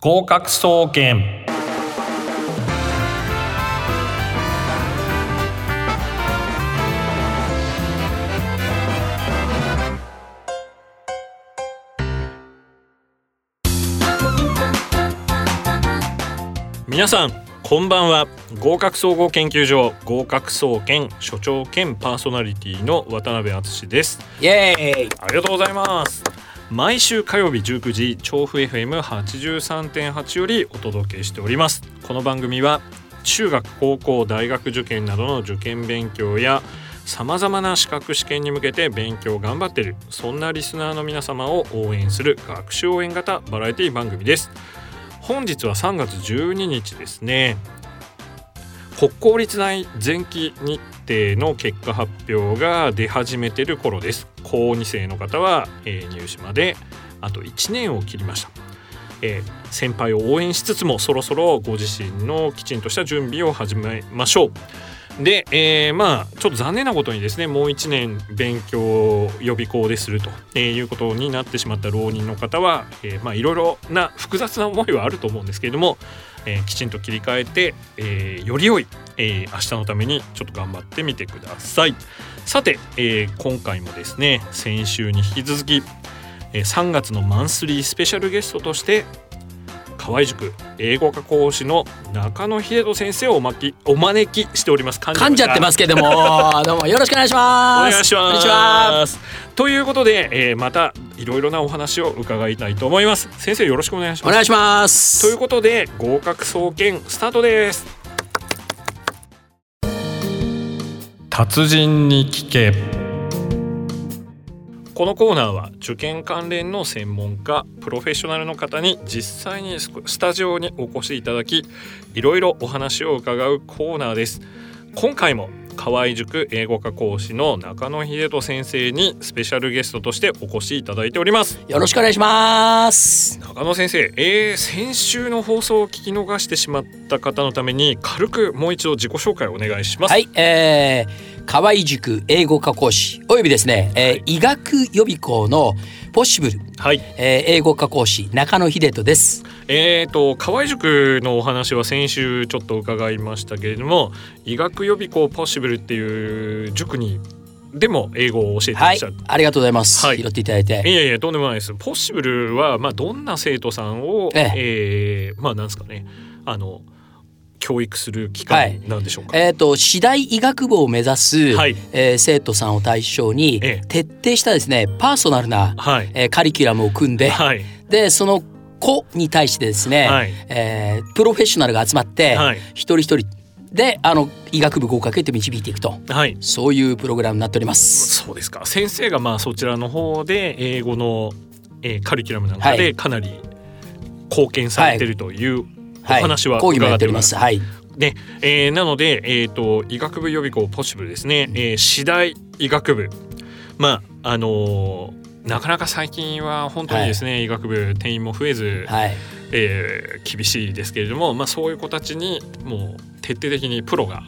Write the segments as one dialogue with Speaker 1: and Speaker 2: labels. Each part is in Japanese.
Speaker 1: 合格総研皆さんこんばんは合格総合研究所合格総研所長兼パーソナリティの渡辺敦です
Speaker 2: イエーイ
Speaker 1: ありがとうございます毎週火曜日19時調布 FM83.8 よりお届けしておりますこの番組は中学高校大学受験などの受験勉強やさまざまな資格試験に向けて勉強を頑張っているそんなリスナーの皆様を応援する学習応援型バラエティ番組です本日は3月12日ですね国公立大前期日程の結果発表が出始めてる頃です高2生の方は、えー入試まであと1年を切りました、えー先輩を応援しつつもそろそろご自身のきちんとした準備を始めましょうで、えーまあちょっと残念なことにですねもう1年勉強を予備校ですると、えーいうことになってしまった浪人の方は、えーまあいろいろな複雑な思いはあると思うんですけれども、えーきちんと切り替えて、えーより良い、えー明日のためにちょっと頑張ってみてくださいさて、えー今回もですね先週に引き続き、えー3月のマンスリースペシャルゲストとして河合塾英語科講師の中野秀人先生をおまきお招きしております
Speaker 2: 噛んじゃってますけ ども、どうもよろしくお願いし
Speaker 1: お
Speaker 2: ま
Speaker 1: 願い
Speaker 2: す。
Speaker 1: し
Speaker 2: こん
Speaker 1: ま
Speaker 2: に
Speaker 1: す
Speaker 2: ちは。
Speaker 1: ということで、えーまたいろいろなお話を伺いたいと思います先生よろしくお願いし
Speaker 2: お
Speaker 1: ます
Speaker 2: 願いします。
Speaker 1: ということで合格総研スタートです達人に聞けこのコーナーは受験関連の専門家プロフェッショナルの方に実際にススタジオにお越しいただきいろいろお話を伺うコーナーです今回も河合塾英語科講師の中野秀人先生にスペシャルゲストとしてお越しいただいております
Speaker 2: よろしくお願いします。
Speaker 1: 中野先生、えー先週の放送を聞き逃してしまった方のために軽くもう一度自己紹介をお願いします。
Speaker 2: はい、えー、河合塾英語科講師およびですね、えー
Speaker 1: はい
Speaker 2: 医学予備校のポッシブル、
Speaker 1: はい、
Speaker 2: えー、英語科講師中野秀人です。
Speaker 1: えー、と河合塾のお話は先週ちょっと伺いましたけれども医学予備校ポッシブルっていう塾にでも英語を教えていら
Speaker 2: は
Speaker 1: っ
Speaker 2: い
Speaker 1: しゃる、、
Speaker 2: ありがとうございます。
Speaker 1: はい
Speaker 2: 拾っていただい
Speaker 1: い、
Speaker 2: て。
Speaker 1: やいやとんでもないですポッシブルは、まあ、どんな生徒さんを、
Speaker 2: え
Speaker 1: えーまあなんですかねあの教育する機関なんでしょうか、
Speaker 2: えっ、と次第医学部を目指す、
Speaker 1: はい
Speaker 2: えー生徒さんを対象に、
Speaker 1: ええ
Speaker 2: 徹底したですねパーソナルな、
Speaker 1: はい
Speaker 2: えーカリキュラムを 組んで、
Speaker 1: はい
Speaker 2: でその子に対してですね、
Speaker 1: はい
Speaker 2: えープロフェッショナルが集まって、
Speaker 1: はい
Speaker 2: 一人一人であの医学部合格へと導いていくと
Speaker 1: はい
Speaker 2: そういうプログラムになっております。
Speaker 1: そうですか先生がまあそちらの方で英語の、えーカリキュラムなん
Speaker 2: は
Speaker 1: か
Speaker 2: い
Speaker 1: でかなり貢献されてるという、お話は
Speaker 2: 講義も
Speaker 1: 伺
Speaker 2: や
Speaker 1: っ
Speaker 2: っ
Speaker 1: おり
Speaker 2: てており
Speaker 1: ま
Speaker 2: ますす。はい、
Speaker 1: ねえーなので、えー、と医学部予備校ポッシブルですね、えー次第医学部まああのーなかなか最近は本当にですね、医学部定員も増えず、
Speaker 2: はい、
Speaker 1: えー厳しいですけれども、まあ、そういう子たちにもう徹底的にプロが、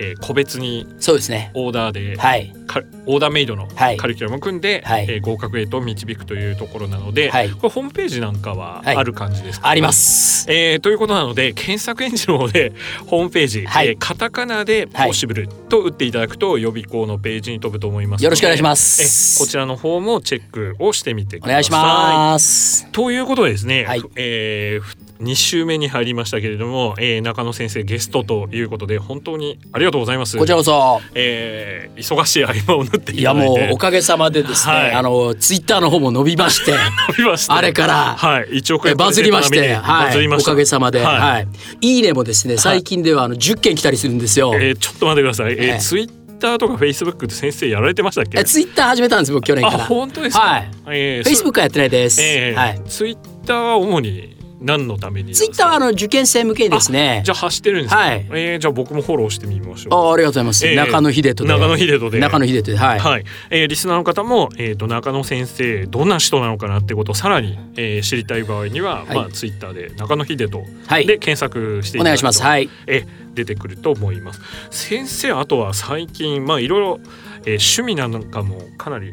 Speaker 1: えー個別に
Speaker 2: そうですね。
Speaker 1: オーダーで
Speaker 2: はい、
Speaker 1: かオーダーメイドのカ
Speaker 2: は
Speaker 1: リ
Speaker 2: い
Speaker 1: キュラムを組んで、
Speaker 2: はい
Speaker 1: えー合格へと導くというところなので、
Speaker 2: はい
Speaker 1: これホームページなんかは
Speaker 2: はい
Speaker 1: ある感じですか、
Speaker 2: ありま。す。
Speaker 1: えーということなので検索エンジンの方で ホームページ、
Speaker 2: はい
Speaker 1: えーカタカナで「ポ
Speaker 2: はい
Speaker 1: ッシブル」と打っていただくと予備校のページに飛ぶと思いますので
Speaker 2: よろしくお願いしま
Speaker 1: えー
Speaker 2: す。
Speaker 1: こちらの方もチェックをしてみて
Speaker 2: お
Speaker 1: ください。
Speaker 2: 願いします。
Speaker 1: ということでですね、
Speaker 2: はい
Speaker 1: え2週目に入りましたけれども、えー中野先生ゲストということで本当にありがとうございます。
Speaker 2: こちらこそ。
Speaker 1: えー忙しい合間を縫ってい
Speaker 2: いや
Speaker 1: ただいて
Speaker 2: もうおかげさまでですね、
Speaker 1: はい
Speaker 2: あのツイッターの方も伸び まして
Speaker 1: 伸びました
Speaker 2: あれから
Speaker 1: はい、一億
Speaker 2: え
Speaker 1: 円
Speaker 2: バズりまして、
Speaker 1: バズ
Speaker 2: は
Speaker 1: り
Speaker 2: い、
Speaker 1: ま
Speaker 2: お
Speaker 1: した
Speaker 2: かげさまで、はい
Speaker 1: はい
Speaker 2: い、い、いねもですね最近ではあの10件来たりするんですよ。
Speaker 1: えーちょっと待ってください、え
Speaker 2: え
Speaker 1: ー、
Speaker 2: え
Speaker 1: ツイッターとかフェイスブックって先生やられてましたっけ
Speaker 2: えツイッター始めたんです僕去年
Speaker 1: あ
Speaker 2: から。フ
Speaker 1: 本当ですか、
Speaker 2: はい
Speaker 1: え
Speaker 2: ェイスブックはやってないです。
Speaker 1: えー
Speaker 2: はい。
Speaker 1: ツイッターは主に何のために
Speaker 2: ツイッターはあの受験生向けにですね
Speaker 1: じ。ゃあ走ってるんですか、
Speaker 2: はい
Speaker 1: えーじゃあ僕もフォローしてみましょう
Speaker 2: あありがとうございます。
Speaker 1: ええ
Speaker 2: 中野秀人で。
Speaker 1: 中野秀人で
Speaker 2: 中野秀人で、はい。
Speaker 1: はい、えーリスナーの方も、えー、と中野先生どんな人なのかなってことをさらに、えー知りたい場合には、
Speaker 2: はい
Speaker 1: まあ、ツイッターで中野秀人
Speaker 2: はい
Speaker 1: で検索してい
Speaker 2: お
Speaker 1: ただく
Speaker 2: 願いし
Speaker 1: と、
Speaker 2: ます。はい。
Speaker 1: え出てくると思います。先生あとは最近まあいろいろ、えー趣味なんかもかなり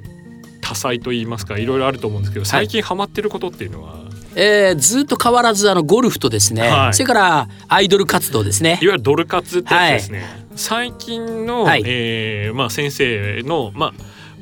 Speaker 1: 多彩と言いますかいろいろあると思うんですけど最近ハマってることっていうのは、
Speaker 2: えーずっと変わらずあのゴルフとですね、
Speaker 1: はい
Speaker 2: それからアイドル活動ですね
Speaker 1: いわゆるドル活ってやつですね、最近の、
Speaker 2: はい
Speaker 1: えーまあ、先生の、まあ、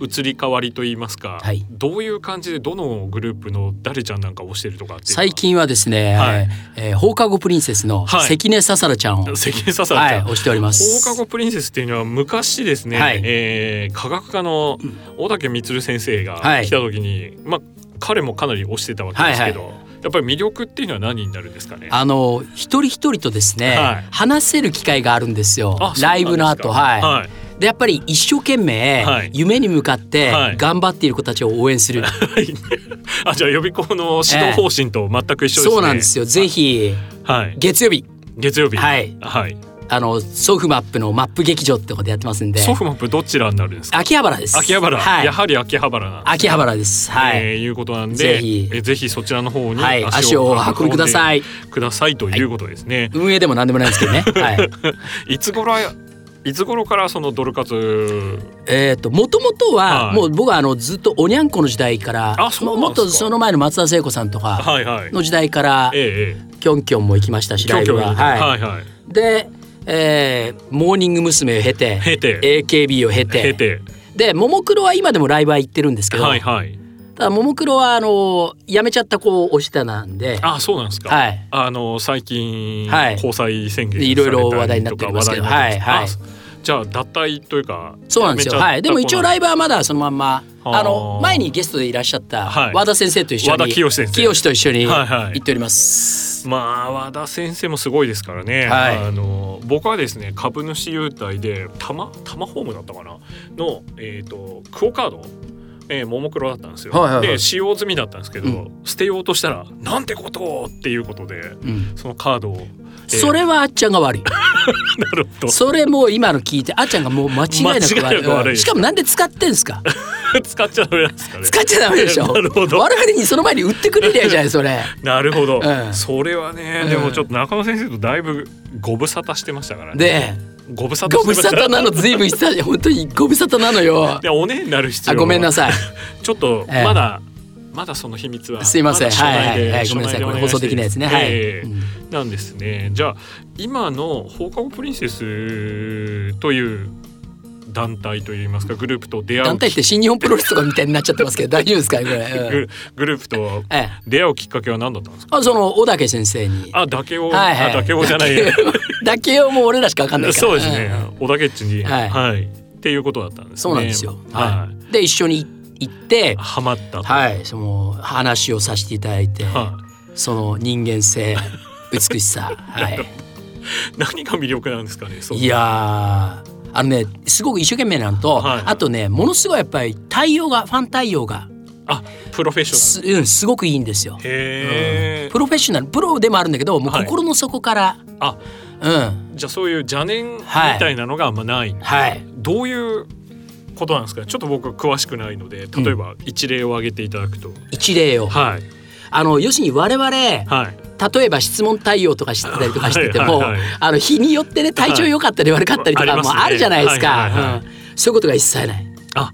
Speaker 1: 移り変わりといいますか、
Speaker 2: はい
Speaker 1: どういう感じでどのグループの誰ちゃんなんかをしてるとかっていうのは
Speaker 2: 最近はですね、
Speaker 1: はい
Speaker 2: えー放課後プリンセスの
Speaker 1: はい
Speaker 2: 関根ささらちゃんを、はい、
Speaker 1: 関根ささちゃん、
Speaker 2: 推しております
Speaker 1: 放課後プリンセスっていうのは昔ですね、
Speaker 2: はい
Speaker 1: えー科学科の小竹充先生が
Speaker 2: はい
Speaker 1: 来た時に、まあ彼もかなり推してたわけですけど、やっぱり魅力っていうのは何になるんですかね
Speaker 2: あの一人一人とですね、
Speaker 1: はい
Speaker 2: 話せる機会があるんですよ
Speaker 1: あそうなん
Speaker 2: ラ
Speaker 1: です
Speaker 2: イ
Speaker 1: か
Speaker 2: ブの後はい、
Speaker 1: はい
Speaker 2: でやっぱり一生懸命、
Speaker 1: はい
Speaker 2: 夢に向かって
Speaker 1: はい
Speaker 2: 頑張っている子たちを応援 する、
Speaker 1: あじゃあ予備校の指導方針と全く一緒ですね、
Speaker 2: そうなんですよぜひ
Speaker 1: はい
Speaker 2: 月曜日
Speaker 1: 月曜日
Speaker 2: はい
Speaker 1: はい
Speaker 2: あのソフマップのマップ劇場ってことやってますんで
Speaker 1: ソフマップどちらになるんですか
Speaker 2: 秋葉原です
Speaker 1: 秋葉原、
Speaker 2: はい
Speaker 1: やはり秋葉原なんですね
Speaker 2: 秋葉原ですはい、
Speaker 1: えーいうことなんで
Speaker 2: ぜひ
Speaker 1: えぜひそちらの方に
Speaker 2: はい足をお運びくださ
Speaker 1: い
Speaker 2: い
Speaker 1: くださいということですね、
Speaker 2: 運営でも何でもないんですけど ねはい
Speaker 1: い、つ頃いつ頃からそのドル活
Speaker 2: えっともともとは、
Speaker 1: はい
Speaker 2: もう僕はあのずっとおにゃんこの時代か
Speaker 1: あ
Speaker 2: ら
Speaker 1: そうなんですか
Speaker 2: もっとその前の松田聖子さんとか
Speaker 1: はいはい
Speaker 2: の時代から
Speaker 1: えええ
Speaker 2: キョンキョンも行きました
Speaker 1: え
Speaker 2: しライブは、
Speaker 1: にはい
Speaker 2: は
Speaker 1: はいはい
Speaker 2: い、で、えーモーニング娘。を経て
Speaker 1: 経て
Speaker 2: AKB を経て
Speaker 1: 経て
Speaker 2: でももクロは今でもライブは行ってるんですけど、
Speaker 1: はいはい
Speaker 2: ただももクロはあの辞めちゃった子を推してたなんで
Speaker 1: あそうなんですか、
Speaker 2: はい
Speaker 1: あの最近、
Speaker 2: はい
Speaker 1: 交際宣言
Speaker 2: いろいろ
Speaker 1: されたりと
Speaker 2: 話題になっ
Speaker 1: か
Speaker 2: ておりますけど
Speaker 1: 話題になって
Speaker 2: はいはい
Speaker 1: ますあじゃあ脱退というか
Speaker 2: そうなんです
Speaker 1: や
Speaker 2: よ。
Speaker 1: めちゃった
Speaker 2: はい。でも一応ライブはまだそのまんま、
Speaker 1: あー
Speaker 2: あの前にゲストでいらっしゃった
Speaker 1: はい
Speaker 2: 和田先生と一緒に、
Speaker 1: 和田清先生
Speaker 2: 清と一緒に
Speaker 1: はいはい
Speaker 2: 行っております。
Speaker 1: まあ和田先生もすごいですからね、
Speaker 2: はい
Speaker 1: あの僕はですね株主優待でタマタマホームだったかなの、えー、とクオ・カード、えー、ももクロだったんですよ、
Speaker 2: はいはいはい
Speaker 1: で使用済みだったんですけど、
Speaker 2: う
Speaker 1: 捨てようとしたら「なんてことを!」っていうことで
Speaker 2: うん。
Speaker 1: そのカードを、えー
Speaker 2: それはあっちゃんが悪い。
Speaker 1: なるほど
Speaker 2: それもう今の聞いてあっちゃんがもう間違いなく悪い。
Speaker 1: 間違いなく悪い
Speaker 2: うんしかもなんで使ってんですか。
Speaker 1: 使っちゃダメなんですかね
Speaker 2: 使っちゃダメでしょ。
Speaker 1: なるほど
Speaker 2: 我々にその前に売ってくれりゃいいじゃないそ れ。
Speaker 1: なるほど、
Speaker 2: うん
Speaker 1: それはね、
Speaker 2: うん
Speaker 1: でもちょっと中野先生とだいぶご無沙汰してましたからね
Speaker 2: で、
Speaker 1: ご無沙汰
Speaker 2: ご
Speaker 1: してま
Speaker 2: 無
Speaker 1: し
Speaker 2: 沙
Speaker 1: た
Speaker 2: 汰なのずいぶん久し本当にご無沙汰なのよ。
Speaker 1: でおねになる必
Speaker 2: あ
Speaker 1: 要
Speaker 2: ごめんな
Speaker 1: さい
Speaker 2: さい。
Speaker 1: ちょっと
Speaker 2: ええ
Speaker 1: まだ、まだその秘密は
Speaker 2: すいません
Speaker 1: だ社内で
Speaker 2: はいはいはいごめんなさい
Speaker 1: 社内
Speaker 2: これ放送できないですねはい
Speaker 1: ええ
Speaker 2: うん
Speaker 1: なんですねじゃあ今の放課後プリンセスという団体といいますかグループと出会う
Speaker 2: 団体って新日本プロレスとかみたいになっちゃってますけど大丈夫ですかこれ。うん
Speaker 1: ググループと
Speaker 2: ええ。
Speaker 1: 出会うきっかけは何だったんですか
Speaker 2: あその小竹先生に。
Speaker 1: あだけを、
Speaker 2: はいはい。
Speaker 1: あだけをじゃ ない
Speaker 2: だけを。だけをもう俺らしかわかんないから。
Speaker 1: そうですね
Speaker 2: うん
Speaker 1: おだけっちには、
Speaker 2: はいい
Speaker 1: っていうことだったんですね
Speaker 2: そうなんですよ。
Speaker 1: は
Speaker 2: はいい。で一緒に行って、
Speaker 1: ハマったと
Speaker 2: はい、その話をさせていただいて、
Speaker 1: は
Speaker 2: その人間性、美 しさ、はい。
Speaker 1: い何が魅力なんですかねそう
Speaker 2: いやー。あのね、すごく一生懸命なんと、
Speaker 1: はいはい
Speaker 2: あとねものすごいやっぱり対応がファン対応が
Speaker 1: あプロフェッショ
Speaker 2: す,、うん、すごくいいんですよ
Speaker 1: ナ。ルへえ、
Speaker 2: プロフェッショナルプロでもあるんだけどもう
Speaker 1: はい
Speaker 2: 心の底から、
Speaker 1: あ
Speaker 2: うん
Speaker 1: じゃあそういう邪念み
Speaker 2: はい
Speaker 1: たいなのがあんまない、
Speaker 2: はい、
Speaker 1: どういうことなんですかちょっと僕詳しくないので例えば一例を挙げていただくと、
Speaker 2: 一例を、
Speaker 1: はい
Speaker 2: あの要するに我々、
Speaker 1: はい
Speaker 2: 例えば質問対応とかしてたりとかしてて
Speaker 1: は
Speaker 2: も、
Speaker 1: いはいはい
Speaker 2: あの日によってね体調良かったり悪かったりと
Speaker 1: あ
Speaker 2: か
Speaker 1: ります
Speaker 2: も
Speaker 1: ね
Speaker 2: あるじゃないです
Speaker 1: はいはいはい
Speaker 2: か。うんそういうことが一切ない。
Speaker 1: あ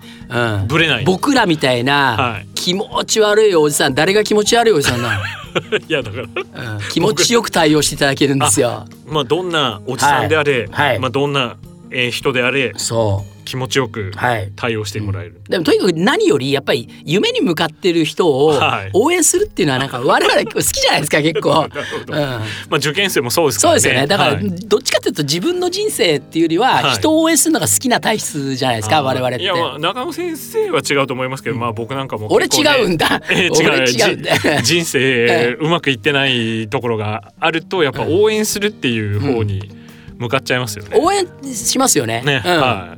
Speaker 2: うん、
Speaker 1: ぶれない
Speaker 2: 僕らみたい
Speaker 1: は
Speaker 2: ない気持ち悪いおじさん、誰が気持ち悪いおじさんなの、
Speaker 1: いやだから
Speaker 2: うん気持ちよく対応していただけるんですよ。
Speaker 1: まあどんなおじさんであれ、
Speaker 2: はいはい
Speaker 1: まあどんな、えー人であれ
Speaker 2: そ
Speaker 1: 気持ちよく
Speaker 2: う、はい。
Speaker 1: 対応してもらえる、
Speaker 2: でもとにかく何よりやっぱり夢に向かってる人を
Speaker 1: はい
Speaker 2: 応援するっていうのはなんか我々好きじゃないですか 結構。
Speaker 1: なるほど
Speaker 2: うん
Speaker 1: まあ受験生もそうですか
Speaker 2: そう
Speaker 1: らね
Speaker 2: ですよね。だから、
Speaker 1: はい
Speaker 2: どっちかというと自分の人生っていうより
Speaker 1: はい
Speaker 2: は人を応援するのが好きな体質じゃないですか、
Speaker 1: あー
Speaker 2: 我々って。
Speaker 1: いやまあ中野先生は違うと思いますけど、まあ僕なんかも
Speaker 2: 俺
Speaker 1: 結構ね
Speaker 2: 違うんだ。
Speaker 1: えー
Speaker 2: 俺
Speaker 1: 違
Speaker 2: 違
Speaker 1: う
Speaker 2: うんだ。
Speaker 1: じ人生うまくいってないところがあるとやっぱ応援するっていう方に向かっちゃいますよね。
Speaker 2: 応援しますよね。
Speaker 1: ね、
Speaker 2: うん
Speaker 1: は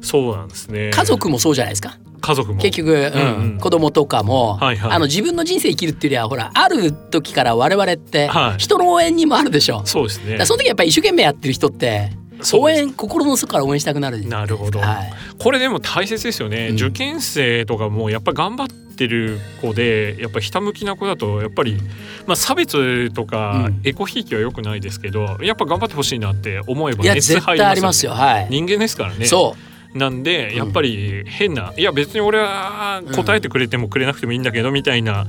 Speaker 1: い、そうなんですね。
Speaker 2: 家族もそうじゃないですか。
Speaker 1: 家族も
Speaker 2: 結局、うん
Speaker 1: うんうん
Speaker 2: 子供とかも、
Speaker 1: はいはい
Speaker 2: あの自分の人生生きるっていうよりはほらある時から我々って
Speaker 1: はい
Speaker 2: 人の応援にもあるでしょ。
Speaker 1: そうですね
Speaker 2: だから。その時やっぱり一生懸命やってる人って
Speaker 1: そう
Speaker 2: 応
Speaker 1: です
Speaker 2: 援心の底から応援したくなる。
Speaker 1: なるほど、
Speaker 2: はい。
Speaker 1: これでも大切ですよね、
Speaker 2: うん
Speaker 1: 受験生とかもやっぱ頑張ってる子でやっぱひたむきな子だとやっぱり、まあ、差別とか
Speaker 2: うん
Speaker 1: エコひいきは良くないですけど、やっぱ頑張ってほしいなって思えば
Speaker 2: いや
Speaker 1: 熱入りますよ、ね、
Speaker 2: 絶対ありますよ。はい。
Speaker 1: 人間ですからね
Speaker 2: そう。
Speaker 1: なんでやっぱり変な、いや別に俺は答えてくれてもくれなくてもいいんだけどみたいな
Speaker 2: うん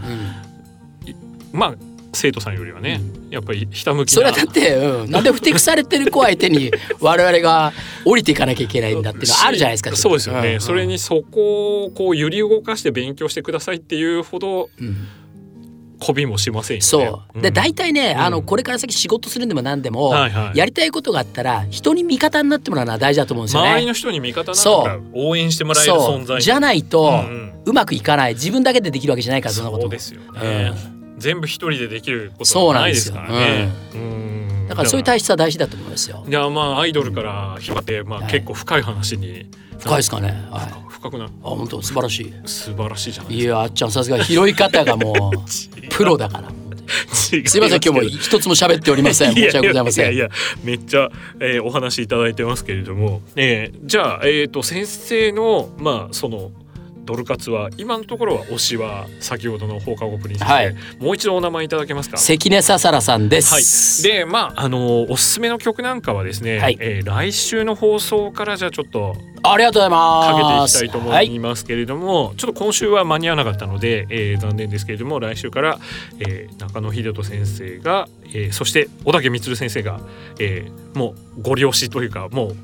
Speaker 1: まあ生徒さんよりはね、やっぱりひたむき
Speaker 2: それ
Speaker 1: な
Speaker 2: はだって、うん、なんでふてくされてる子相手に我々が降りていかなきゃいけないんだっていうのはあるじゃないですか。
Speaker 1: そうですよね、
Speaker 2: ん
Speaker 1: それ、にそこをこう揺り動かして勉強してくださいっていうほど
Speaker 2: うん
Speaker 1: 媚びもしませんよね
Speaker 2: そう。で
Speaker 1: ん
Speaker 2: 大体ね、あ
Speaker 1: う
Speaker 2: の
Speaker 1: ん
Speaker 2: これから先仕事するんでも何でも、
Speaker 1: はいはい
Speaker 2: やりたいことがあったら人に味方になってもらうのは大事だと思うんですよ
Speaker 1: 周り
Speaker 2: ね。
Speaker 1: の人に味方なんだから応援してもらえる存
Speaker 2: そう
Speaker 1: 在
Speaker 2: じゃないと、
Speaker 1: う
Speaker 2: うん
Speaker 1: うん
Speaker 2: まくいかない自分だけでできるわけじゃないからそんなこ
Speaker 1: そ
Speaker 2: と
Speaker 1: う
Speaker 2: も
Speaker 1: ですよね、全部一人でできること
Speaker 2: そ
Speaker 1: は
Speaker 2: うな
Speaker 1: なんい
Speaker 2: で
Speaker 1: ですす
Speaker 2: よ
Speaker 1: からねうん
Speaker 2: だからそういう体質は大事だと思いますよ。
Speaker 1: いやまあアイドルから広がって、まあ、
Speaker 2: はい
Speaker 1: 結構深い話に
Speaker 2: 深いですかね。はい。あ
Speaker 1: 深くな
Speaker 2: 本当素晴らしい。
Speaker 1: 素晴らしいじゃない
Speaker 2: いやあっちゃんさすが拾い方がもう プロだから。
Speaker 1: す
Speaker 2: すいません今日も一つも喋っておりません。申し訳ございませ
Speaker 1: やい
Speaker 2: ん。
Speaker 1: やいやめっちゃ、えーお話しいただいてますけれども、えーじゃあ、えー、と先生のまあそのドル活は今のところは推しは先ほどの放課後プリンセスで、
Speaker 2: はい
Speaker 1: もう一度お名前いただけますか
Speaker 2: 関根ささらさんで
Speaker 1: はい
Speaker 2: す。、
Speaker 1: でまああのおすすめの曲なんかはですね、
Speaker 2: はい
Speaker 1: えー来週の放送からじゃあちょっと
Speaker 2: ありがとうござい
Speaker 1: か
Speaker 2: ま
Speaker 1: けてい
Speaker 2: す。
Speaker 1: きたいと
Speaker 2: は
Speaker 1: 思
Speaker 2: い。
Speaker 1: いますけれども、ちょっと今週は間に合わなかったので、えー残念ですけれども来週から、えー中野秀人先生が、えーそして小竹光先生が、えーもうご了承というかもう、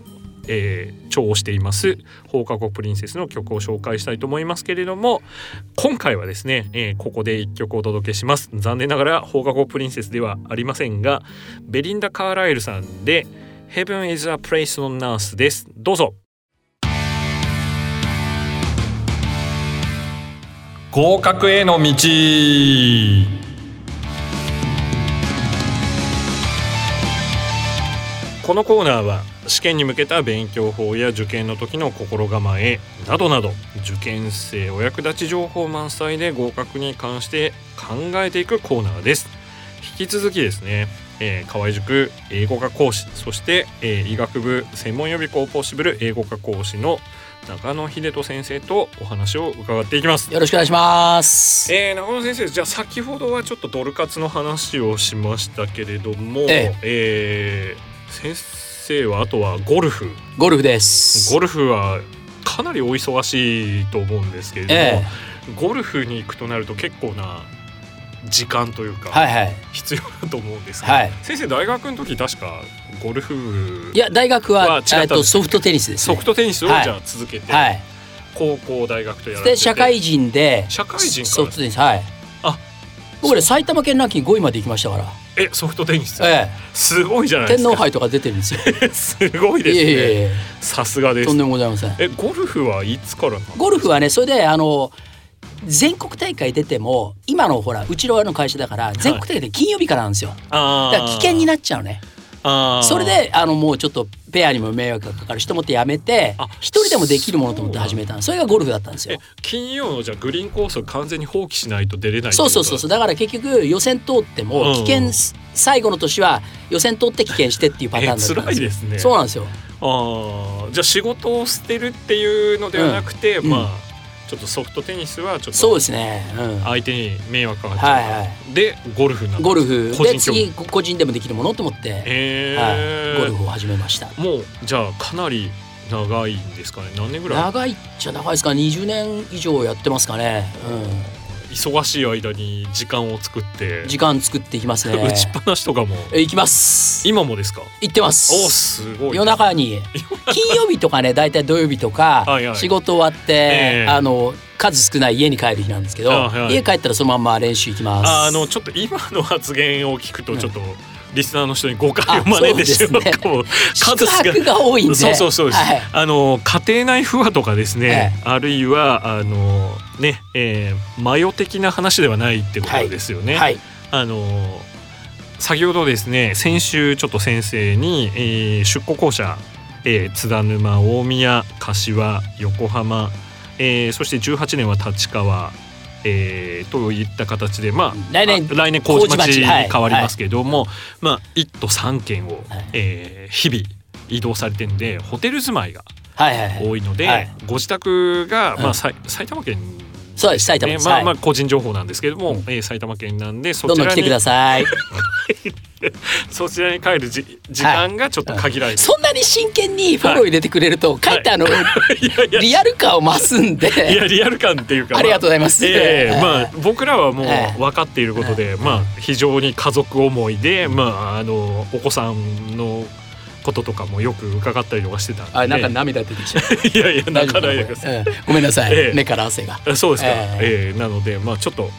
Speaker 1: えー、調をしています放課後プリンセスの曲を紹介したいと思いますけれども今回はですね、えーここで一曲お届けします残念ながら放課後プリンセスではありませんがベリンダ・カーライルさんで Heaven is a place on earth ですどうぞ合格への道このコーナーは試験に向けた勉強法や受験の時の心構えなどなど受験生お役立ち情報満載で合格に関して考えていくコーナーです引き続きですね、えー、河合塾英語科講師そして、えー医学部専門予備校ポッシブル英語科講師の中野秀人先生とお話を伺っていきます
Speaker 2: よろしくお願いします。
Speaker 1: えー、中野先生じゃあ先ほどはちょっとドル活の話をしましたけれども、
Speaker 2: え
Speaker 1: えー先生はあとはゴルフ
Speaker 2: ゴルフです。
Speaker 1: ゴルフはかなりお忙しいと思うんですけれども、
Speaker 2: え
Speaker 1: ゴルフに行くとなると結構な時間という
Speaker 2: え
Speaker 1: か、
Speaker 2: はいはい
Speaker 1: 必要だと思うんですが、
Speaker 2: はい。
Speaker 1: 先生大学の時確かゴルフ
Speaker 2: いや大学
Speaker 1: は違
Speaker 2: は
Speaker 1: ったんです
Speaker 2: えっとソフトテニスです、ね。
Speaker 1: ソフトテニスをじ
Speaker 2: はい
Speaker 1: ゃあ続けて、
Speaker 2: はい。
Speaker 1: 高校大学とやられてて
Speaker 2: で社会人で
Speaker 1: 社会人から
Speaker 2: ソフトテニスはい。
Speaker 1: あ
Speaker 2: 僕ね埼玉県ランキング5位まで行きましたから。
Speaker 1: えソフトテニス、
Speaker 2: え
Speaker 1: すごいじゃ
Speaker 2: え、
Speaker 1: ないです
Speaker 2: 天
Speaker 1: か
Speaker 2: 皇杯とか出てるん ですよ。
Speaker 1: すごい
Speaker 2: いえ
Speaker 1: ですね
Speaker 2: いえい
Speaker 1: さすが
Speaker 2: え、
Speaker 1: で
Speaker 2: と
Speaker 1: す
Speaker 2: んでもございません。
Speaker 1: えゴルフはいつからなんですか
Speaker 2: ゴルフはね、それであの全国大会出ても今のほらうちの親の会社だから全国大会で金曜日からなんですよ。
Speaker 1: あ
Speaker 2: だから危険になっちゃうね。
Speaker 1: な
Speaker 2: それであのもうちょっとペアにも迷惑がかかるしと思ってやめて
Speaker 1: あ
Speaker 2: 一人でもできるものと思って始めたのそれがゴルフだったんですよ
Speaker 1: え。金曜のじゃあグリーンコースを完全に放棄しないと出れない
Speaker 2: そうそうそうそううだから結局予選通って
Speaker 1: うん
Speaker 2: も危険す、最後の年は予選通って危険してっていうパターンだったん
Speaker 1: 辛いですね
Speaker 2: そうなんですよ。
Speaker 1: あーじゃあ仕事を捨てるっていうのではなくて、
Speaker 2: うん
Speaker 1: まあちょっとソフトテニスはちょっ
Speaker 2: そうで
Speaker 1: と
Speaker 2: すね。うん。
Speaker 1: 相手に迷惑がかかっちゃう、
Speaker 2: はいはい。
Speaker 1: でゴルフなんだ
Speaker 2: ゴルフ
Speaker 1: 個
Speaker 2: で
Speaker 1: 人競技
Speaker 2: 次こ個人でもできるものと思って、
Speaker 1: へ
Speaker 2: はい、
Speaker 1: ー
Speaker 2: ゴルフを始めました
Speaker 1: もうじゃあかなり長いんですかね何年ぐら
Speaker 2: 長いっちゃ長いですか20年以上やってますかね、
Speaker 1: い忙しい間に時間を作って
Speaker 2: うん、時間作っていきますね
Speaker 1: 打ちっぱなしとかも
Speaker 2: え行きます
Speaker 1: 今もですか
Speaker 2: 行ってま
Speaker 1: おー
Speaker 2: す
Speaker 1: すごい
Speaker 2: 夜中に金曜日とかね大体土曜日とか
Speaker 1: はいはい
Speaker 2: 仕事終わって、
Speaker 1: ええ
Speaker 2: あの数少ない家に帰る日なんですけど、
Speaker 1: あはい
Speaker 2: 家帰ったらそのまんま練習行きます
Speaker 1: ああのちょっと今の発言を聞くとちょっとリスナーの人に誤解を
Speaker 2: あ
Speaker 1: 招いてしまう
Speaker 2: そうですね
Speaker 1: かも
Speaker 2: 宿泊が多いんで
Speaker 1: そうそうそうです、
Speaker 2: はい、
Speaker 1: あの家庭内不和とかですね、あるいはあのねえーマヨ的な話ではないってことですよね、
Speaker 2: はい
Speaker 1: あの先ほどですね先週ちょっと先生に、えー出向校舎、えー津田沼大宮柏横浜、えーそして18年は立川、えーといった形でまあ
Speaker 2: 来年
Speaker 1: あ来年麹町
Speaker 2: 麹
Speaker 1: に
Speaker 2: 町はい
Speaker 1: 変わりますけども、まあ1都3県を、
Speaker 2: はい
Speaker 1: えー日々移動されてるんでホテル住まいが
Speaker 2: はいはいはい
Speaker 1: 多いので、
Speaker 2: はい
Speaker 1: ご自宅が、ま
Speaker 2: う
Speaker 1: あ、
Speaker 2: ん
Speaker 1: さい埼玉県
Speaker 2: そうです埼玉
Speaker 1: ね
Speaker 2: です、
Speaker 1: まあ
Speaker 2: はい
Speaker 1: まあ個人情報なんですけれども、
Speaker 2: うん
Speaker 1: えー埼玉県なんでそ
Speaker 2: ど ん
Speaker 1: ち
Speaker 2: どん
Speaker 1: ら
Speaker 2: 来
Speaker 1: に
Speaker 2: てください
Speaker 1: そちらに帰るじ時間がちょっと限られてる、
Speaker 2: そんなに真剣にフォロー入れてくれると、かえってあの、
Speaker 1: い、やいや
Speaker 2: リアル感を増すんで
Speaker 1: いやリアル感っていうか、
Speaker 2: ありがとうございます
Speaker 1: ええ
Speaker 2: はい
Speaker 1: まあ僕らはもう
Speaker 2: はい
Speaker 1: 分かっていることで、まあ非常に家族思いで、まああのお子さんのこととかもよく伺ったりとかしてたんで。
Speaker 2: あなんか涙出てきちゃう
Speaker 1: いやいや泣かないでください。
Speaker 2: うんごめんなさい、
Speaker 1: ええ
Speaker 2: 目から汗が
Speaker 1: あそうですか。
Speaker 2: え
Speaker 1: ええなのでまあちょっと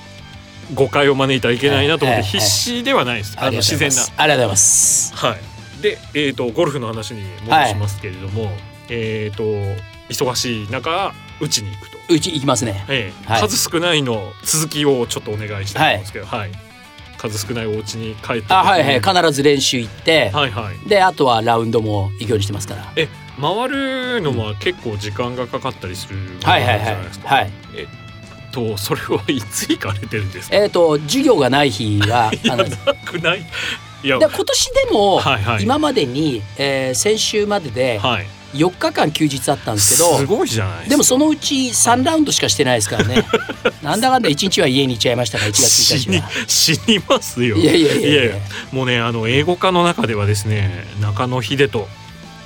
Speaker 1: 誤解を招いてはいけないなと思って
Speaker 2: ええ
Speaker 1: 必死ではないです。あの自然な。
Speaker 2: ありがとうございます
Speaker 1: はい。でえっ、とゴルフの話に戻しますけれども、えっ、と忙しい中打ちに行くと。
Speaker 2: うち行きますね
Speaker 1: ええ
Speaker 2: はい
Speaker 1: 数少ないの続きをちょっとお願いしたいと思うんですけど、はい数少ないお家に帰って
Speaker 2: あはいはい
Speaker 1: は
Speaker 2: 必ず練習行って、
Speaker 1: いはい
Speaker 2: であとはラウンドも行くようにしてますから
Speaker 1: え回るのは結構時間がかかったりするもの
Speaker 2: はいはい
Speaker 1: じ
Speaker 2: は
Speaker 1: ゃ
Speaker 2: い
Speaker 1: ないですか、
Speaker 2: はい
Speaker 1: とそれはいつ行かれてるんですか
Speaker 2: えっ、と授業がない日は
Speaker 1: いや
Speaker 2: あの
Speaker 1: なくないいや
Speaker 2: で今年でも、
Speaker 1: はいはい
Speaker 2: 今までに、えー先週までで
Speaker 1: はい
Speaker 2: 4日間休日あったんですけど、
Speaker 1: すごいじゃない
Speaker 2: でも
Speaker 1: す
Speaker 2: そのうち3ラウンドしかしてないですからね なんだかんだ1日は家にいちゃい ましたから1
Speaker 1: か
Speaker 2: 月1日は。
Speaker 1: 死に死にますよ
Speaker 2: いやいやいやいや
Speaker 1: いやもうねあの英語科の中ではですね中野秀人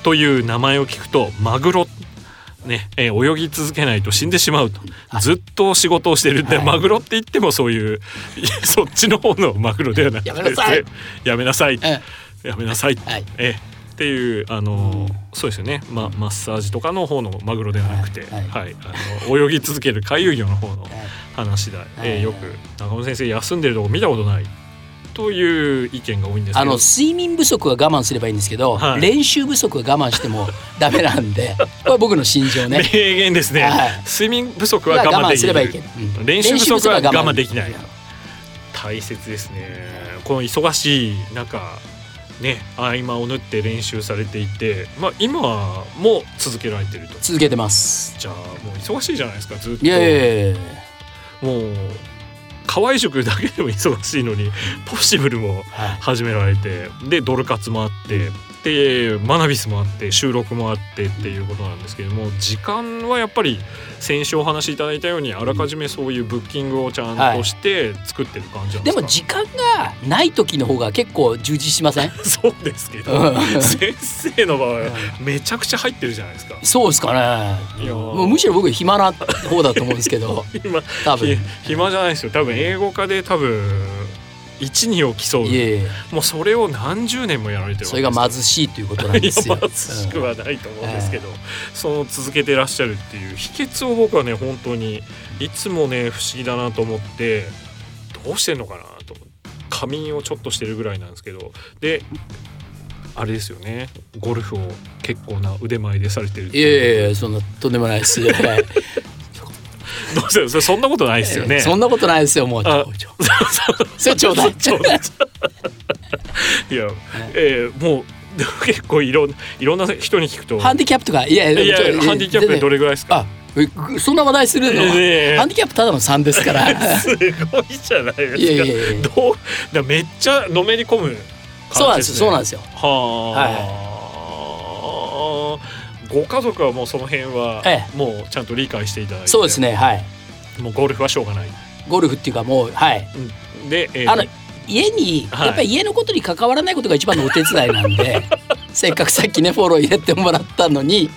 Speaker 1: という名前を聞くとマグロね、えー泳ぎ続けないと死んでしまうと
Speaker 2: はい
Speaker 1: ずっと仕事をしてるんで、
Speaker 2: はい
Speaker 1: マグロって言ってもそういう いやそっちの方のマグロではなくて
Speaker 2: やめなさい
Speaker 1: やめなさい
Speaker 2: うん
Speaker 1: やめなさい、
Speaker 2: はい
Speaker 1: えーっていうあのーそうですよね、ま、マッサージとかの方のマグロではなくて、は
Speaker 2: はいい
Speaker 1: あの泳ぎ続ける回遊魚の方の
Speaker 2: はい
Speaker 1: 話だ、えー
Speaker 2: はい
Speaker 1: よく中野先生休んでるとこ見たことないという意見が多いんですけど
Speaker 2: あの睡眠不足は我慢すればいいんですけど、
Speaker 1: はい
Speaker 2: 練習不足は我慢してもダメなんでこれ僕の心情ね
Speaker 1: 名言ですね、
Speaker 2: はい
Speaker 1: 睡眠不足は我慢でき
Speaker 2: すればいいけ
Speaker 1: る
Speaker 2: ど、うん
Speaker 1: 練習不足は我慢できない
Speaker 2: 練習不足は
Speaker 1: 大切ですねこの忙しい中ね合間を縫って練習されていてまあ今も続けられてると
Speaker 2: 続けてます
Speaker 1: じゃあもう忙しいじゃないですかずっと
Speaker 2: いやいやいやいや
Speaker 1: もう河合塾だけでも忙しいのにポッシブルも
Speaker 2: はい
Speaker 1: 始められてでドル活もあってでマナビスもあって収録もあってっていうことなんですけども時間はやっぱり先週お話しいただいたようにあらかじめそういうブッキングをちゃんとして作ってる感じなんで
Speaker 2: です
Speaker 1: か、
Speaker 2: も時間がない時の方が結構充実しません
Speaker 1: そうですけど
Speaker 2: うん
Speaker 1: 先生の場合はめちゃくちゃ入ってるじゃないですか。
Speaker 2: そうですかね
Speaker 1: いやー
Speaker 2: もうむしろ僕暇な方だと思うんです けど
Speaker 1: 今
Speaker 2: 多分
Speaker 1: ひ暇じゃないですよ多分英語科で多分12を競う
Speaker 2: いえいえ
Speaker 1: もうそれを何十年もやられてるわけです
Speaker 2: それが
Speaker 1: から
Speaker 2: 貧しいということなん
Speaker 1: いや
Speaker 2: ですよ。
Speaker 1: 貧しくはないと思うんですけど、その続けてらっしゃるっていう秘訣を僕はね本当にいつもね不思議だなと思ってどうしてんのかなと仮眠をちょっとしてるぐらいなんですけどであれですよねゴルフを結構な腕前でされてるって
Speaker 2: い
Speaker 1: いう
Speaker 2: やいやいやそんなとんでもな いです。はい
Speaker 1: どうせそれそんなことないですよね。
Speaker 2: そんなことないですよもう。
Speaker 1: あ
Speaker 2: ちょそれちょうだ い。
Speaker 1: そうです いや、えーもう でも結構いろんないろんな人に聞くと
Speaker 2: ハンディキャップとかいやいや
Speaker 1: いや
Speaker 2: ちょ
Speaker 1: ハンディキャップでどれぐらいですか
Speaker 2: あえそんな話題するの、
Speaker 1: いやいやいや
Speaker 2: ハンディキャップただの3です から。
Speaker 1: すごいじゃないですか。
Speaker 2: いやいやいや
Speaker 1: どうだめっちゃのめり込む感じ、
Speaker 2: そうなんですよそうなん
Speaker 1: ですね。
Speaker 2: ですよ。
Speaker 1: はあ、ご家族はもうその辺は
Speaker 2: え
Speaker 1: もうちゃんと理解していただいて、
Speaker 2: そうです。ねはい。
Speaker 1: もうゴルフはしょうがない。
Speaker 2: ゴルフっていうかもうはい。
Speaker 1: うんで、えー
Speaker 2: あの家に、
Speaker 1: はい
Speaker 2: やっぱり家のことに関わらないことが一番のお手伝いなんで せっかくさっきねフォロー入れてもらったのに、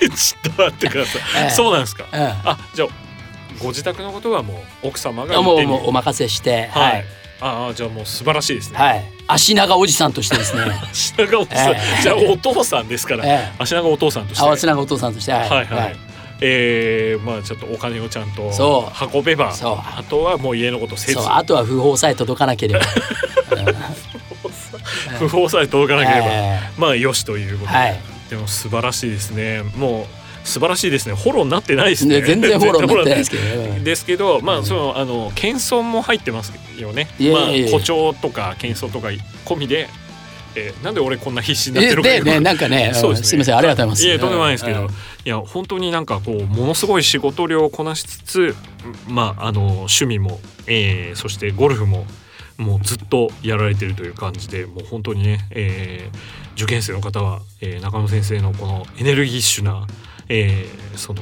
Speaker 1: ちょっと待ってください。
Speaker 2: ええ
Speaker 1: そうなんですか。
Speaker 2: うん、あ
Speaker 1: あ、じゃあご自宅のことはもう奥様が
Speaker 2: も
Speaker 1: 言って
Speaker 2: う
Speaker 1: る
Speaker 2: もうお任せして
Speaker 1: は
Speaker 2: はいい。
Speaker 1: ああじゃあもう素晴らしいです ね。
Speaker 2: はい、足長おじさんとし てですね、
Speaker 1: 足長お父さん、
Speaker 2: ええ
Speaker 1: じゃあお父さんですから、
Speaker 2: ええ、
Speaker 1: 足長お父さんとして。
Speaker 2: 青つながお父さんとしてはい、
Speaker 1: はいはい、えーまあちょっとお金をちゃんと
Speaker 2: そ
Speaker 1: 運べば
Speaker 2: そう
Speaker 1: あとはもう家のことせず
Speaker 2: そうあとは不法さえ届か なければ
Speaker 1: 不法さえ届かなければ、
Speaker 2: え
Speaker 1: まあよしということで、
Speaker 2: はい
Speaker 1: でも素晴らしいですねもう素晴らしいですねフォローになってないです
Speaker 2: え
Speaker 1: ね
Speaker 2: ね全然フォローになってないですけど、
Speaker 1: 全然フォローになってない
Speaker 2: ね、
Speaker 1: ですけどま
Speaker 2: う
Speaker 1: あ
Speaker 2: ん
Speaker 1: そのあの謙遜も入ってますよね
Speaker 2: いえいえいえ
Speaker 1: まあ、誇張とか謙遜とか込みで、えーなんで俺こんな必死になって
Speaker 2: え
Speaker 1: るか
Speaker 2: で
Speaker 1: よく
Speaker 2: ねなんかね、
Speaker 1: そう
Speaker 2: うん
Speaker 1: ですすね
Speaker 2: みませんありがとうございます
Speaker 1: いやとんでもないですけど、
Speaker 2: うん
Speaker 1: いや本当になんかこうものすごい仕事量をこなしつつまああの趣味も、えーそしてゴルフももうずっとやられてるという感じでもう本当にね、えー受験生の方は、えー中野先生のこのエネルギッシュな、えーその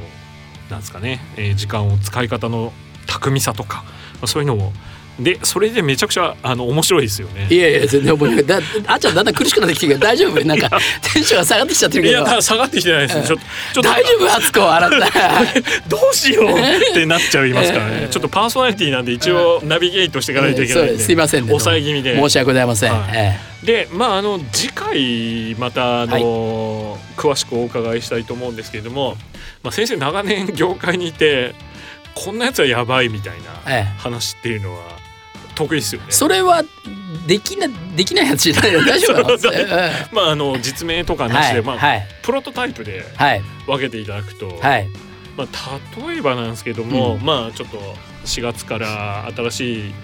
Speaker 1: なんですかね、えー時間を使い方の巧みさとか、まあ、そういうのもでそれでめちゃくちゃあの面白いですよね
Speaker 2: いやいや全然覚えてないだあっちゃんだんだん苦しくなってきてるけど大丈夫なんかテンションが下がってきちゃってる
Speaker 1: い
Speaker 2: け
Speaker 1: や
Speaker 2: ど
Speaker 1: だから下がってきてないですねちょっとちょっ
Speaker 2: 大丈夫敦子あなた
Speaker 1: とどうしようってなっちゃいますから
Speaker 2: え
Speaker 1: ね
Speaker 2: え
Speaker 1: ちょっとパーソナリティなんで一応ナビゲートしていかないといけないん
Speaker 2: ええそう
Speaker 1: で
Speaker 2: ですすいませんね
Speaker 1: 抑え気味で
Speaker 2: 申し訳ございません、
Speaker 1: はい
Speaker 2: え
Speaker 1: でまああの次回またあの、詳しくお伺いしたいと思うんですけれども、まあ、先生長年業界にいてこんなやつはやばいみたい
Speaker 2: え
Speaker 1: な
Speaker 2: え
Speaker 1: 話っていうのは得意ですよね
Speaker 2: え。それはできなできないやつじゃないの大丈夫なの
Speaker 1: そ
Speaker 2: え
Speaker 1: う
Speaker 2: え
Speaker 1: まああの実名とかなし
Speaker 2: は
Speaker 1: で、
Speaker 2: い
Speaker 1: まあ
Speaker 2: はい
Speaker 1: プロトタイプで
Speaker 2: はい
Speaker 1: 分けていただくと、
Speaker 2: はい
Speaker 1: まあ、例えばなんですけども、
Speaker 2: うん
Speaker 1: まあちょっと4月から新しい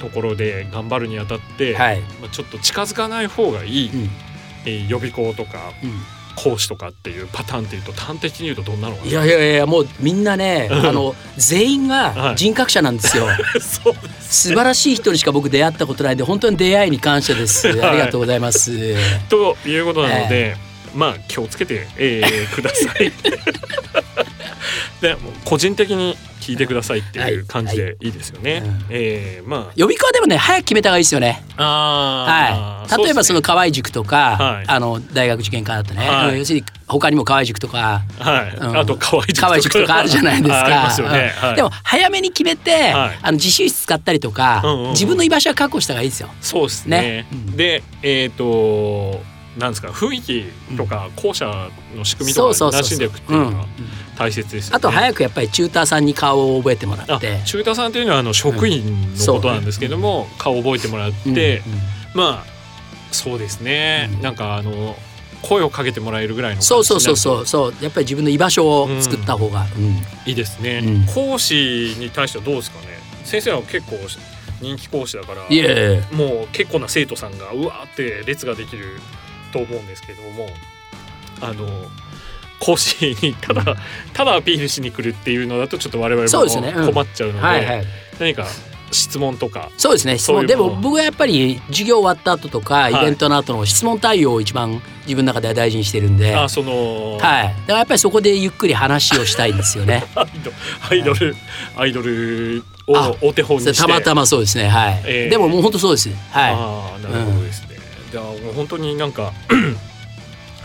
Speaker 1: ところで頑張るにあたって、
Speaker 2: はい
Speaker 1: まあ、ちょっと近づかない方がいい、
Speaker 2: うん
Speaker 1: えー予備校とか
Speaker 2: う
Speaker 1: 講師とかっていうパターンっていうと端的に言うとどんなのか
Speaker 2: ん
Speaker 1: ない
Speaker 2: やいやいやもうみんなね
Speaker 1: うん
Speaker 2: あの全員
Speaker 1: は
Speaker 2: が
Speaker 1: い
Speaker 2: 人格者なんで すよ、
Speaker 1: そう
Speaker 2: 素晴らしい人にしか僕出会ったことないんで本当に出会いに感謝です
Speaker 1: はい
Speaker 2: ありがとうござ います、
Speaker 1: ということなので、まあ気をつけて、えーくださ い。でもう個人的に聞いてくださいっていう感じでいいですよね。
Speaker 2: はいはいうん
Speaker 1: えーま
Speaker 2: 予備校でもね早く決めた方がいいですよね
Speaker 1: ああ
Speaker 2: は
Speaker 1: ー
Speaker 2: い、例えばそうの
Speaker 1: ですね
Speaker 2: 河合塾とか、
Speaker 1: はい
Speaker 2: あの大学受験科だとね、
Speaker 1: はい
Speaker 2: 要するに他にも河合塾とか
Speaker 1: はい、
Speaker 2: うん
Speaker 1: あと河合塾
Speaker 2: 河合塾とかあるじゃないです か
Speaker 1: ありますよね。
Speaker 2: うん
Speaker 1: はい、
Speaker 2: でも早めに決めて、
Speaker 1: はい
Speaker 2: あの自習室使ったりとか、
Speaker 1: うんうんうん
Speaker 2: 自分の居場所は確保した方がいいですよ。
Speaker 1: そうですね。
Speaker 2: ねうん
Speaker 1: で、えっ、と、なんですか、雰囲気とか、校舎の仕組み
Speaker 2: そ
Speaker 1: と
Speaker 2: う
Speaker 1: か
Speaker 2: そう
Speaker 1: に
Speaker 2: そう
Speaker 1: 馴染んでいくっていうの
Speaker 2: ん
Speaker 1: が大切ですよね。
Speaker 2: あと早くやっぱりチューターさんに顔を覚えてもら
Speaker 1: あ
Speaker 2: って。
Speaker 1: 中太さんというのはあの職員のことなんですけども、顔を覚えてもらって、
Speaker 2: うんうん
Speaker 1: まあそうですね、
Speaker 2: うん
Speaker 1: なんかあの声をかけてもらえるぐらいの
Speaker 2: そ
Speaker 1: 感
Speaker 2: う
Speaker 1: じ
Speaker 2: そう
Speaker 1: にな
Speaker 2: そう
Speaker 1: ると
Speaker 2: そうそうやっぱり自分の居場所を作った方が、うん
Speaker 1: いいですね、
Speaker 2: うん
Speaker 1: 講師に対してはどうですかね先生は結構人気講師だから
Speaker 2: いやいやいや
Speaker 1: もう結構な生徒さんがうわーって列ができると思うんですけどもあの講師にただただアピールしに来るっていうのだとちょっと我々
Speaker 2: そうですねう
Speaker 1: も
Speaker 2: ん
Speaker 1: 困っちゃうので
Speaker 2: はいはい
Speaker 1: 何か質問とか
Speaker 2: そうですね質問
Speaker 1: そうい
Speaker 2: で
Speaker 1: うもの
Speaker 2: も僕はやっぱり授業終わった後とか
Speaker 1: い
Speaker 2: イベントの後の質問対応を一番自分の中では大事にしてるんで、
Speaker 1: あその、
Speaker 2: はい、だからやっぱりそこでゆっくり話をしたいんです よね。
Speaker 1: アイドアイドル、アイドル
Speaker 2: あ
Speaker 1: をお手本に
Speaker 2: それ
Speaker 1: して
Speaker 2: たまたまそうですね、はい、
Speaker 1: えー
Speaker 2: でももう本当そうです。は
Speaker 1: ああなるほどですね、じゃあもう本当になんか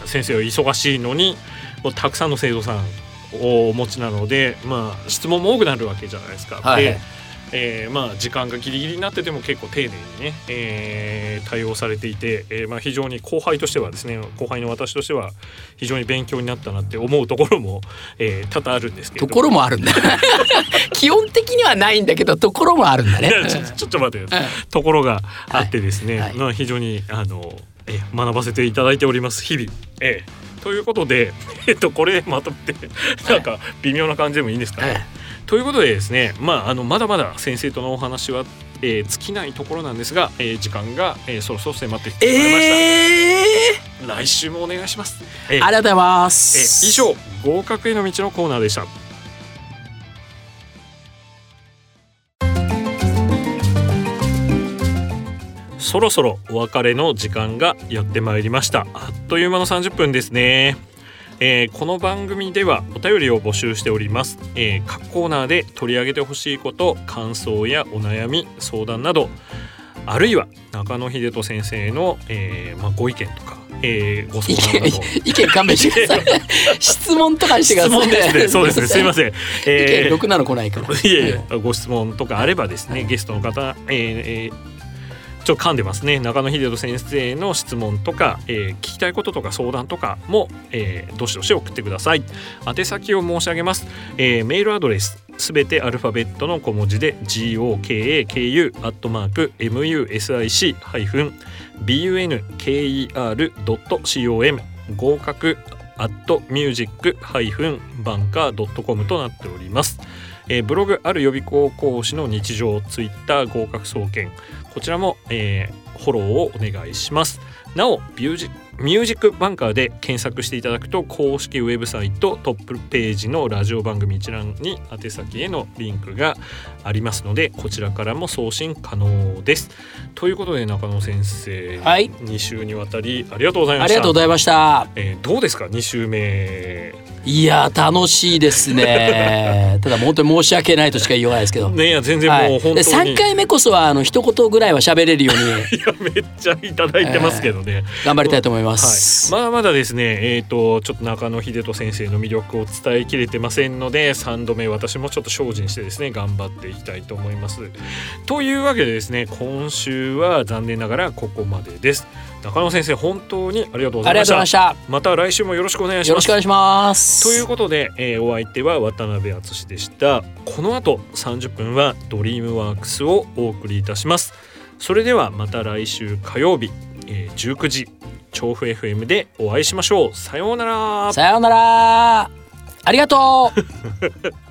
Speaker 1: 先生は忙しいのにもうたくさんの生徒さんをお持ちなのでまあ質問も多くなるわけじゃないですか、
Speaker 2: はい
Speaker 1: で、えーまあ時間がギリギリになってても結構丁寧にね、えー対応されていて、えーまあ非常に後輩としてはですね後輩の私としては非常に勉強になったなって思うところも、えー多々あるんです
Speaker 2: い。
Speaker 1: けれ
Speaker 2: と
Speaker 1: ども
Speaker 2: ころもあるんだ。 基本的にはないんだけど、ところもあるんだね
Speaker 1: い。や ちょちょっと待ってよところがあってですね、
Speaker 2: はいはい
Speaker 1: まあ非常にあのえ学ばせていただいております日々。ええということで、 えっと、これまとめてなんか微妙な感じでもいいんですかね。
Speaker 2: はい
Speaker 1: ということでですね、まあ、あのまだまだ先生とのお話は、えー尽きないところなんですが、えー時間が、えーそろそろ迫ってきてまいりました、
Speaker 2: ええ
Speaker 1: 来週もお願いします。ええ
Speaker 2: ー、ありがとうございま
Speaker 1: え
Speaker 2: す。
Speaker 1: 以上合格への道のコーナーでしたそろそろお別れの時間がやってまいりましたあっという間の30分ですねえーこの番組ではお便りを募集しております、えー各コーナーで取り上げてほしいこと感想やお悩み相談などあるいは中野秀人先生への、えーまあ、ご意見とか、えーご相
Speaker 2: 意
Speaker 1: 談な
Speaker 2: 見
Speaker 1: ど
Speaker 2: 意見勘弁してくださ い。質問とかしてくだ
Speaker 1: 質
Speaker 2: さい。
Speaker 1: 問です ね。そうですね。すいま
Speaker 2: ん。
Speaker 1: せん。
Speaker 2: 意
Speaker 1: え
Speaker 2: 見
Speaker 1: ー
Speaker 2: ろくなの来ないから。
Speaker 1: いえいえ、ご質問とかあればですね、ゲストの方、えーえーちょっと噛んでますね。中野秀人先生の質問とか、えー聞きたいこととか相談とかも、えーどしどし送ってください。宛先を申し上げます。えーメールアドレスすべてアルファベットの小文字で gokaku アットマーク music ハイフン bunker.com 合格アットミュージックハイフンバンカー .com となっております。えーブログある予備校講師の日常ツイッター合格総研こちらも、えーフォローをお願いしますなおミュージミュージックバンカーで検索していただくと公式ウェブサイトトップページのラジオ番組一覧に宛先へのリンクがありますのでこちらからも送信可能ですということで中野先生、
Speaker 2: はい
Speaker 1: 2週にわたりありがとうござい
Speaker 2: あ
Speaker 1: まし
Speaker 2: り
Speaker 1: た
Speaker 2: がとうございました。
Speaker 1: えーどうですか2週目
Speaker 2: いやー楽しいで すねただ本当に申し訳ないとしか言いようがないですけど、
Speaker 1: ねいや全然
Speaker 2: はい
Speaker 1: もう本
Speaker 2: で
Speaker 1: 当に、
Speaker 2: 3回目こそはあの一言ぐらいは喋れるように
Speaker 1: いやめっちゃいただいてますけどね、
Speaker 2: 頑張りたいと思いま
Speaker 1: はい、
Speaker 2: す、
Speaker 1: まだまだですねえっ、とちょっと中野秀人先生の魅力を伝えきれてませんので3度目私もちょっと精進してですね頑張っていきたいと思いますというわけでですね今週は残念ながらここまでです中野先生本当にありがとうござい
Speaker 2: あり
Speaker 1: ま
Speaker 2: が
Speaker 1: し
Speaker 2: とうござい
Speaker 1: た
Speaker 2: ました
Speaker 1: また来週もよろしくお願いし
Speaker 2: よ
Speaker 1: ま
Speaker 2: ろし
Speaker 1: す
Speaker 2: くお願いします
Speaker 1: ということで、えーお相手は渡辺敦でしたこの後30分はドリームワークスをお送りいたしますそれではまた来週火曜日、えー19時調布 FM でお会いしましょうさようなら
Speaker 2: さようならありがとう